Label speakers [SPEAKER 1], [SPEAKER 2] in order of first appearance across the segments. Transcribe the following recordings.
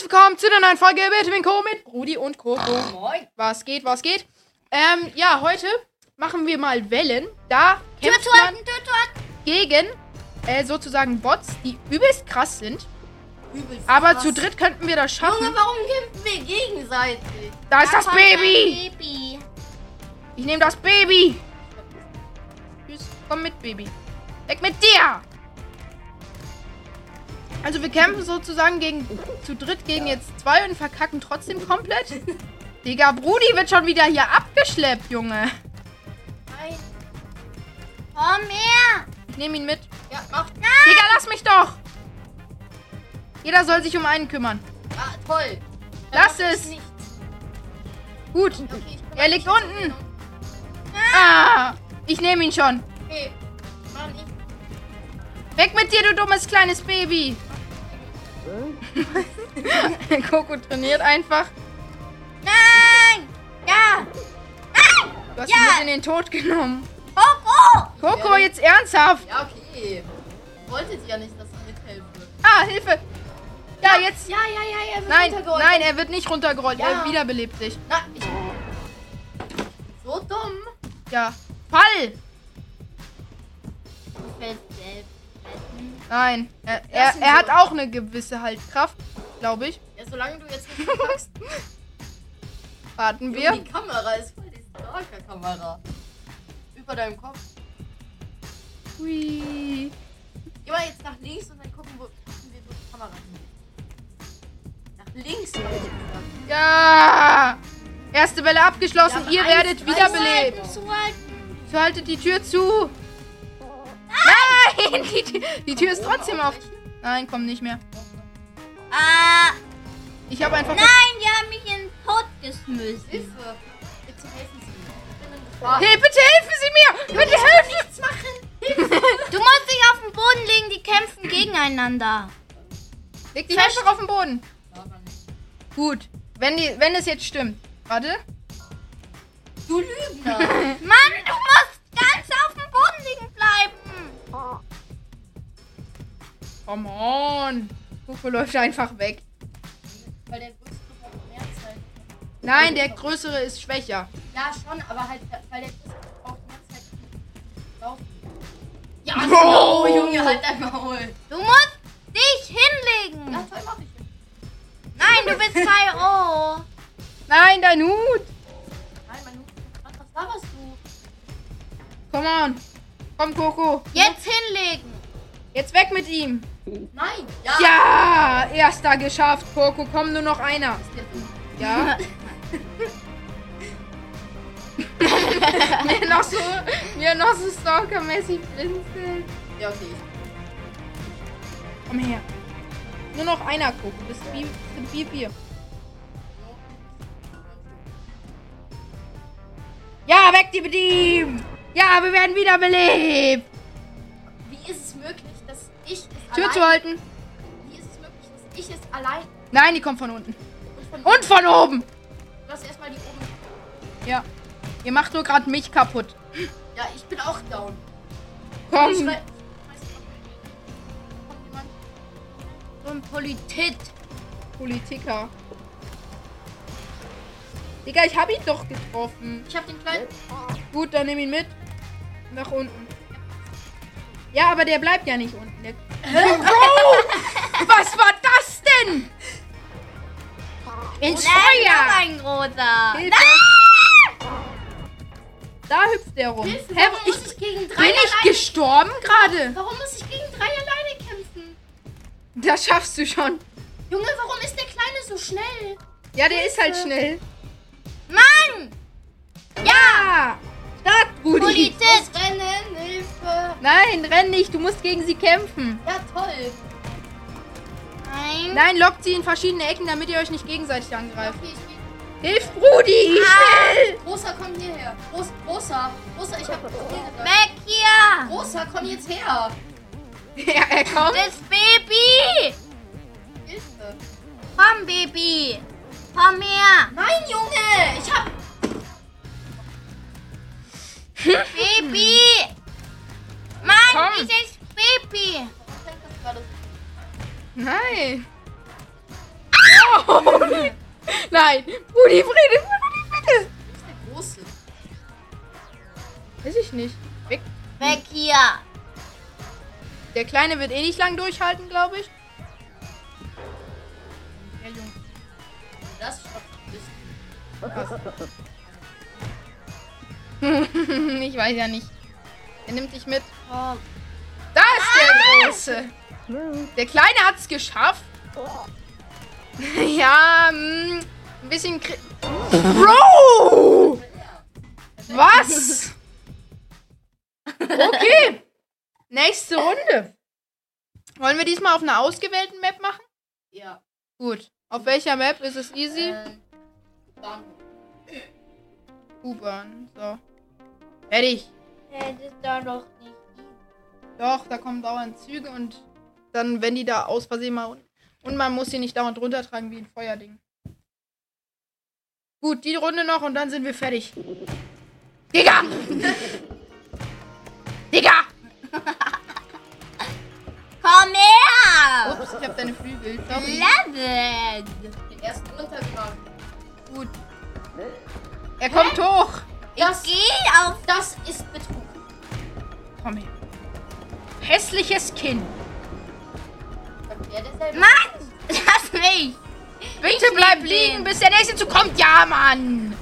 [SPEAKER 1] willkommen zu der neuen Folge Betwinko mit Rudi und Coco.
[SPEAKER 2] Moin.
[SPEAKER 1] Was geht, was geht? Ähm, ja, heute machen wir mal Wellen. Da kämpft man
[SPEAKER 2] Töten, töten.
[SPEAKER 1] gegen äh, sozusagen Bots, die übelst krass sind.
[SPEAKER 2] Übelst
[SPEAKER 1] Aber
[SPEAKER 2] krass.
[SPEAKER 1] zu dritt könnten wir das
[SPEAKER 2] Junge,
[SPEAKER 1] schaffen.
[SPEAKER 2] warum kämpfen wir gegenseitig?
[SPEAKER 1] Da ist das
[SPEAKER 2] kommt
[SPEAKER 1] Baby!
[SPEAKER 2] ein Baby.
[SPEAKER 1] Ich nehme das Baby. Tschüss. Komm mit, Baby. Weg mit dir! Also wir kämpfen sozusagen gegen zu dritt gegen jetzt zwei und verkacken trotzdem komplett. Digga, Brudi wird schon wieder hier abgeschleppt, Junge.
[SPEAKER 2] Nein. Komm her.
[SPEAKER 1] Ich nehme ihn mit.
[SPEAKER 2] Ja, mach.
[SPEAKER 1] Digga, lass mich doch! Jeder soll sich um einen kümmern.
[SPEAKER 2] Ah, toll. Dann
[SPEAKER 1] Lass
[SPEAKER 2] mach ich
[SPEAKER 1] es.
[SPEAKER 2] Nicht.
[SPEAKER 1] Gut.
[SPEAKER 2] Okay, ich kümmere
[SPEAKER 1] Er liegt
[SPEAKER 2] mich jetzt
[SPEAKER 1] unten.
[SPEAKER 2] um den.
[SPEAKER 1] Ah, ich nehme ihn schon.
[SPEAKER 2] Okay. Mann, ich.
[SPEAKER 1] Weg mit dir, du dummes kleines Baby. Coco trainiert einfach.
[SPEAKER 2] Nein. Ja.
[SPEAKER 1] Du hast
[SPEAKER 2] Ja.
[SPEAKER 1] ihn mit in den Tod genommen.
[SPEAKER 2] Coco.
[SPEAKER 1] Coco, jetzt ernsthaft.
[SPEAKER 2] Ja, okay. Wolltet ihr ja nicht, dass ich mithelfe.
[SPEAKER 1] Ah, Hilfe. Ja, jetzt.
[SPEAKER 2] Ja, ja, ja, ja.
[SPEAKER 1] Nein, nein, er wird nicht runtergerollt.
[SPEAKER 2] Ja.
[SPEAKER 1] Er wiederbelebt sich.
[SPEAKER 2] Na, ich. So dumm.
[SPEAKER 1] Ja. Fall.
[SPEAKER 2] Du fällst selbst.
[SPEAKER 1] Nein. Er,
[SPEAKER 2] Lass
[SPEAKER 1] er,
[SPEAKER 2] ihn
[SPEAKER 1] er hat
[SPEAKER 2] so.
[SPEAKER 1] auch eine gewisse Haltkraft, glaube ich.
[SPEAKER 2] Ja, solange du jetzt nicht verkackst.
[SPEAKER 1] Warten
[SPEAKER 2] Junge,
[SPEAKER 1] wir.
[SPEAKER 2] Die Kamera ist voll die Stalker-Kamera. Über deinem Kopf.
[SPEAKER 1] Hui.
[SPEAKER 2] Geh mal jetzt nach links und dann gucken, wo, gucken wir, wo die Kamera hin. Nach links. hab ich gesagt.
[SPEAKER 1] Ja! Erste Welle abgeschlossen,
[SPEAKER 2] Ja,
[SPEAKER 1] ihr
[SPEAKER 2] eins,
[SPEAKER 1] werdet
[SPEAKER 2] drei,
[SPEAKER 1] wiederbelebt.
[SPEAKER 2] zwei, zwei.
[SPEAKER 1] So haltet die Tür zu. Nein! Die, Tür- die Tür ist
[SPEAKER 2] Oben
[SPEAKER 1] trotzdem auf.
[SPEAKER 2] aufbrechen.
[SPEAKER 1] Nein, komm nicht mehr.
[SPEAKER 3] Ah,
[SPEAKER 1] Ich habe einfach.
[SPEAKER 3] nein, die haben mich in den Tod geschmissen.
[SPEAKER 2] Hilfe. Bitte helfen Sie mir. Ich bin in Gefahr.
[SPEAKER 1] Hey, bitte helfen Sie mir! Bitte helfen!
[SPEAKER 2] Nichts machen.
[SPEAKER 3] Du musst dich auf den Boden legen, die kämpfen gegeneinander.
[SPEAKER 1] Leg dich einfach auf den Boden.
[SPEAKER 2] Lara nicht.
[SPEAKER 1] Gut. Wenn, die, wenn es jetzt stimmt. Warte.
[SPEAKER 2] Du Lügner.
[SPEAKER 3] Mann, du musst ganz auf dem Boden liegen bleiben.
[SPEAKER 1] Come on. Coco läuft einfach weg.
[SPEAKER 2] Weil der größere braucht mehr Zeit.
[SPEAKER 1] Nein, der größere ist schwächer.
[SPEAKER 2] Ja, schon, aber halt, weil der größere braucht mehr Zeit. zum Laufen. Ja,
[SPEAKER 1] Wow.
[SPEAKER 2] genau, Junge, halt dein Maul.
[SPEAKER 3] Du musst dich hinlegen.
[SPEAKER 2] Ja, toll, mach ich.
[SPEAKER 3] Nein, du bist K.O.
[SPEAKER 1] Nein, dein Hut.
[SPEAKER 2] Nein, mein Hut. Was was laberst du?
[SPEAKER 1] Come on. Komm, Coco.
[SPEAKER 3] Jetzt hinlegen.
[SPEAKER 1] Jetzt weg mit ihm.
[SPEAKER 2] Nein. Ja.
[SPEAKER 1] Ja, erster geschafft, Coco. Komm, nur noch einer. Ja. mir noch so, mir noch so stalkermäßig blinzeln.
[SPEAKER 2] Ja, okay.
[SPEAKER 1] Komm her. Nur noch einer gucken. Bis Bier, Bier, Bier. Ja, weg die mit ihm. Ja, wir werden wiederbelebt.
[SPEAKER 2] Wie ist es möglich, dass ich es
[SPEAKER 1] Tür
[SPEAKER 2] allein...
[SPEAKER 1] zu halten.
[SPEAKER 2] Wie ist es möglich, dass ich es allein...
[SPEAKER 1] Nein, die kommt von unten.
[SPEAKER 2] Und von...
[SPEAKER 1] Und von oben.
[SPEAKER 2] Du hast erstmal die oben...
[SPEAKER 1] Ja. Ihr macht nur gerade mich kaputt.
[SPEAKER 2] Ja, ich bin auch down. Ich
[SPEAKER 1] Komm.
[SPEAKER 2] schrei... Kommt jemand?
[SPEAKER 3] So ein Politit.
[SPEAKER 1] Politiker. Digga, ich hab ihn doch getroffen.
[SPEAKER 2] Ich hab den kleinen...
[SPEAKER 1] Gut, dann nimm ihn mit. Nach unten. Ja, aber der bleibt ja nicht unten. Der Wow! Was war das denn? Ins
[SPEAKER 3] Nein, noch
[SPEAKER 1] Feuer!
[SPEAKER 3] ein großer.
[SPEAKER 1] Hilfe. Da hüpft der rum.
[SPEAKER 2] Hilfe,
[SPEAKER 1] Hä,
[SPEAKER 2] warum
[SPEAKER 1] ich,
[SPEAKER 2] muss ich gegen drei
[SPEAKER 1] bin ich
[SPEAKER 2] alleine...
[SPEAKER 1] gestorben gerade?
[SPEAKER 2] Warum muss ich gegen drei alleine kämpfen?
[SPEAKER 1] Das schaffst du schon.
[SPEAKER 2] Junge, warum ist der Kleine so schnell?
[SPEAKER 1] Ja, der ist halt schnell.
[SPEAKER 3] Mann,
[SPEAKER 1] Ja! Start, Rudi!
[SPEAKER 3] Politit.
[SPEAKER 2] Rennen, Hilfe.
[SPEAKER 1] Nein, renn nicht, du musst gegen sie kämpfen.
[SPEAKER 2] Ja, toll.
[SPEAKER 3] Nein.
[SPEAKER 1] Nein, lockt sie in verschiedene Ecken, damit ihr euch nicht gegenseitig angreift.
[SPEAKER 2] Okay, ich geh...
[SPEAKER 1] Hilf, Rudi! Schnell!
[SPEAKER 2] Großer, komm hierher. Groß, großer. Großer, ich hab...
[SPEAKER 3] Weg hier.
[SPEAKER 2] Großer, komm jetzt her.
[SPEAKER 1] Ja, er kommt.
[SPEAKER 3] Das Baby.
[SPEAKER 2] Hilfe.
[SPEAKER 3] Komm, Baby. Komm her.
[SPEAKER 2] Nein, Junge! Ich hab.
[SPEAKER 3] Baby! Mann,
[SPEAKER 1] Komm.
[SPEAKER 3] dieses Baby!
[SPEAKER 2] Ich denk, das war das-
[SPEAKER 1] Nein. Oh, Nein! Nein! Brudi, Brudi, Brudi, bitte!
[SPEAKER 2] Das ist der große.
[SPEAKER 1] Weiß ich nicht. Weg.
[SPEAKER 3] Weg hier.
[SPEAKER 1] Der Kleine wird eh nicht lang durchhalten, glaube ich. Der Junge.
[SPEAKER 2] Das schafft das-
[SPEAKER 1] ich weiß ja nicht. Er nimmt dich mit.
[SPEAKER 2] Oh,
[SPEAKER 1] Da ist der Große. Der Kleine hat's geschafft. ja, mm, ein bisschen... kri- Bro! Was? Okay. Nächste Runde. Wollen wir diesmal auf einer ausgewählten Map machen?
[SPEAKER 2] ja.
[SPEAKER 1] Gut. Auf welcher Map ist es easy?
[SPEAKER 2] Ähm, Bahnhof.
[SPEAKER 1] U-Bahn. So. Fertig.
[SPEAKER 3] Hey, das ist da doch nicht.
[SPEAKER 1] Doch, da kommen dauernd Züge und dann, wenn die da aus Versehen mal un- und man muss sie nicht dauernd runtertragen wie ein Feuerding. Gut, die Runde noch und dann sind wir fertig. Digga! Digga!
[SPEAKER 3] Komm her!
[SPEAKER 1] Ups, ich hab deine Flügel. Sorry.
[SPEAKER 3] Level!
[SPEAKER 2] Den ersten runtergefahren.
[SPEAKER 1] Gut. Er kommt hoch.
[SPEAKER 2] Das,
[SPEAKER 3] Geh auf.
[SPEAKER 2] das ist Betrug.
[SPEAKER 1] Komm her. Hässliches Kind.
[SPEAKER 2] Dann wäre der selber.
[SPEAKER 3] Mann! Lass mich!
[SPEAKER 1] Bitte bleib liegen, bis der nächste Zug kommt. Ja, Mann.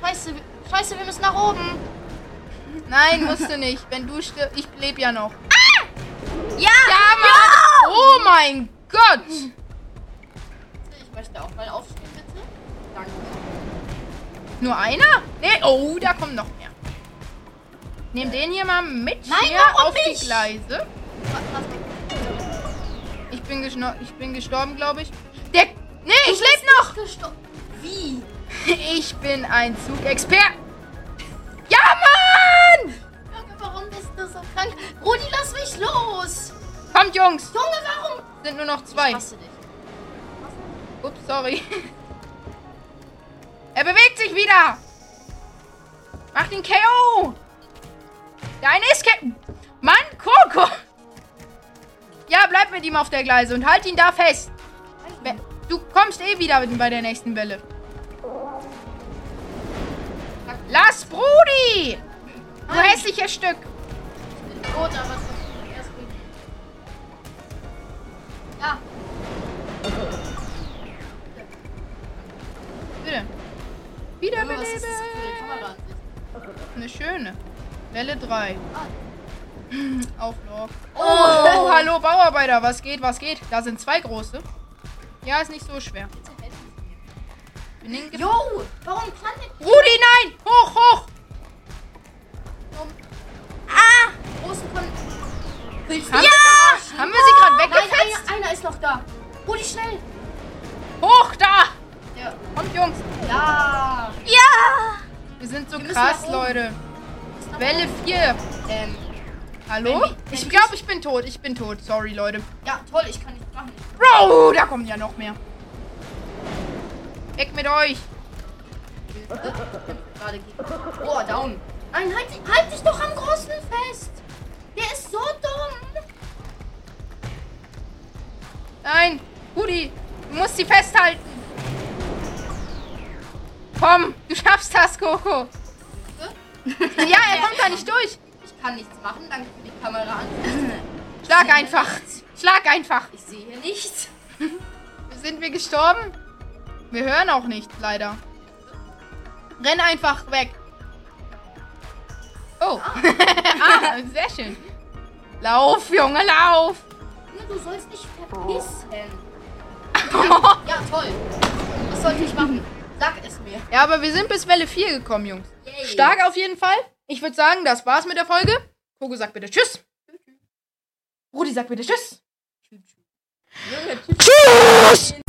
[SPEAKER 3] Scheiße, scheiße, wir müssen nach oben.
[SPEAKER 1] Nein, musst du nicht. Wenn du stirbst, ich leb ja noch.
[SPEAKER 3] Ja!
[SPEAKER 1] Ja, Mann. Oh mein Gott.
[SPEAKER 2] Ich möchte auch mal aufstehen, bitte. Danke.
[SPEAKER 1] Nur einer? Nee, oh, da kommen noch mehr. Nehm den hier mal mit
[SPEAKER 3] Nein,
[SPEAKER 1] hier
[SPEAKER 3] warum
[SPEAKER 1] auf
[SPEAKER 3] nicht?
[SPEAKER 1] die Gleise.
[SPEAKER 2] Was,
[SPEAKER 1] Ich bin, geschno- ich bin gestorben, glaube ich. Der. Nee, ich lebe noch!
[SPEAKER 2] was gestoppt? Wie?
[SPEAKER 1] Ich bin ein Zugexpert. Ja, Mann!
[SPEAKER 2] Junge, warum bist du so krank? Rudi, lass mich los!
[SPEAKER 1] Kommt, Jungs.
[SPEAKER 2] Junge, warum?
[SPEAKER 1] Sind nur noch zwei.
[SPEAKER 2] Hasse dich.
[SPEAKER 1] Ups, sorry. Er bewegt sich wieder. Mach den KO. Der eine ist K. Mann, Coco. Ja, bleib mit ihm auf der Gleise und halt ihn da fest. Be- Du kommst eh wieder mit- bei der nächsten Welle. Lass Brudi! Du hässliches Stück.
[SPEAKER 2] Ich bin tot, aber es ist erst gut. Ja,
[SPEAKER 1] Bitte.
[SPEAKER 2] Junge, was ist Oh, das
[SPEAKER 1] Wiederbelebe.
[SPEAKER 2] für eine Kamera?
[SPEAKER 1] Eine schöne. Welle 3.
[SPEAKER 2] Ah.
[SPEAKER 1] Auf Log.
[SPEAKER 2] Oh.
[SPEAKER 1] Oh, hallo Bauarbeiter. Was geht, was geht? Da sind zwei große. Ja, ist nicht so schwer.
[SPEAKER 2] Bitte helfen Sie mir.
[SPEAKER 1] Bin hinge-
[SPEAKER 2] Jo, warum landet
[SPEAKER 1] Rudi, nein! Hoch, hoch!
[SPEAKER 3] Ah!
[SPEAKER 2] großen Kunden? Willst
[SPEAKER 1] Haben ja! Haben wir sie gerade
[SPEAKER 2] Nein,
[SPEAKER 1] weggefetzt?
[SPEAKER 2] einer, einer ist noch da. Rudi, schnell!
[SPEAKER 1] Hoch, da!
[SPEAKER 2] Ja.
[SPEAKER 1] Kommt, Jungs.
[SPEAKER 2] Ja.
[SPEAKER 3] Ja!
[SPEAKER 1] Wir sind so
[SPEAKER 2] Wir müssen
[SPEAKER 1] krass,
[SPEAKER 2] nach oben.
[SPEAKER 1] Leute. Welle 4.
[SPEAKER 2] Ähm,
[SPEAKER 1] Hallo?
[SPEAKER 2] Wenn- wenn
[SPEAKER 1] Ich
[SPEAKER 2] ich-
[SPEAKER 1] glaube, ich bin tot. Ich bin tot. Sorry, Leute.
[SPEAKER 2] ja, toll, ich kann nichts machen.
[SPEAKER 1] Bro, da kommen ja noch mehr. Weg mit euch.
[SPEAKER 2] Ich bin gerade gegen. Oh, down. Nein, halt, dich- halt dich doch am Großen fest! Der ist so dumm!
[SPEAKER 1] Nein, Rudi, du musst sie festhalten. Komm, du schaffst das, Coco. Ja, er kommt da nicht durch.
[SPEAKER 2] Ich kann nichts machen, danke für die Kamera.
[SPEAKER 1] Schlag einfach. Schlag einfach.
[SPEAKER 2] Ich sehe hier nichts.
[SPEAKER 1] Sind wir gestorben? Wir hören auch nicht, leider. Renn einfach weg. Oh. ah, sehr schön. Lauf, Junge, lauf.
[SPEAKER 2] Junge, du sollst dich verpissen. Ja, toll. Was sollte ich machen? Sag es mir.
[SPEAKER 1] Ja, aber wir sind bis Welle 4 gekommen, Jungs.
[SPEAKER 2] Yay.
[SPEAKER 1] Stark auf jeden Fall. Ich würde sagen, das war's mit der Folge. Kogo sagt bitte Tschüss. Rudi sagt bitte Tschüss.
[SPEAKER 2] Junge,
[SPEAKER 1] Tschüss!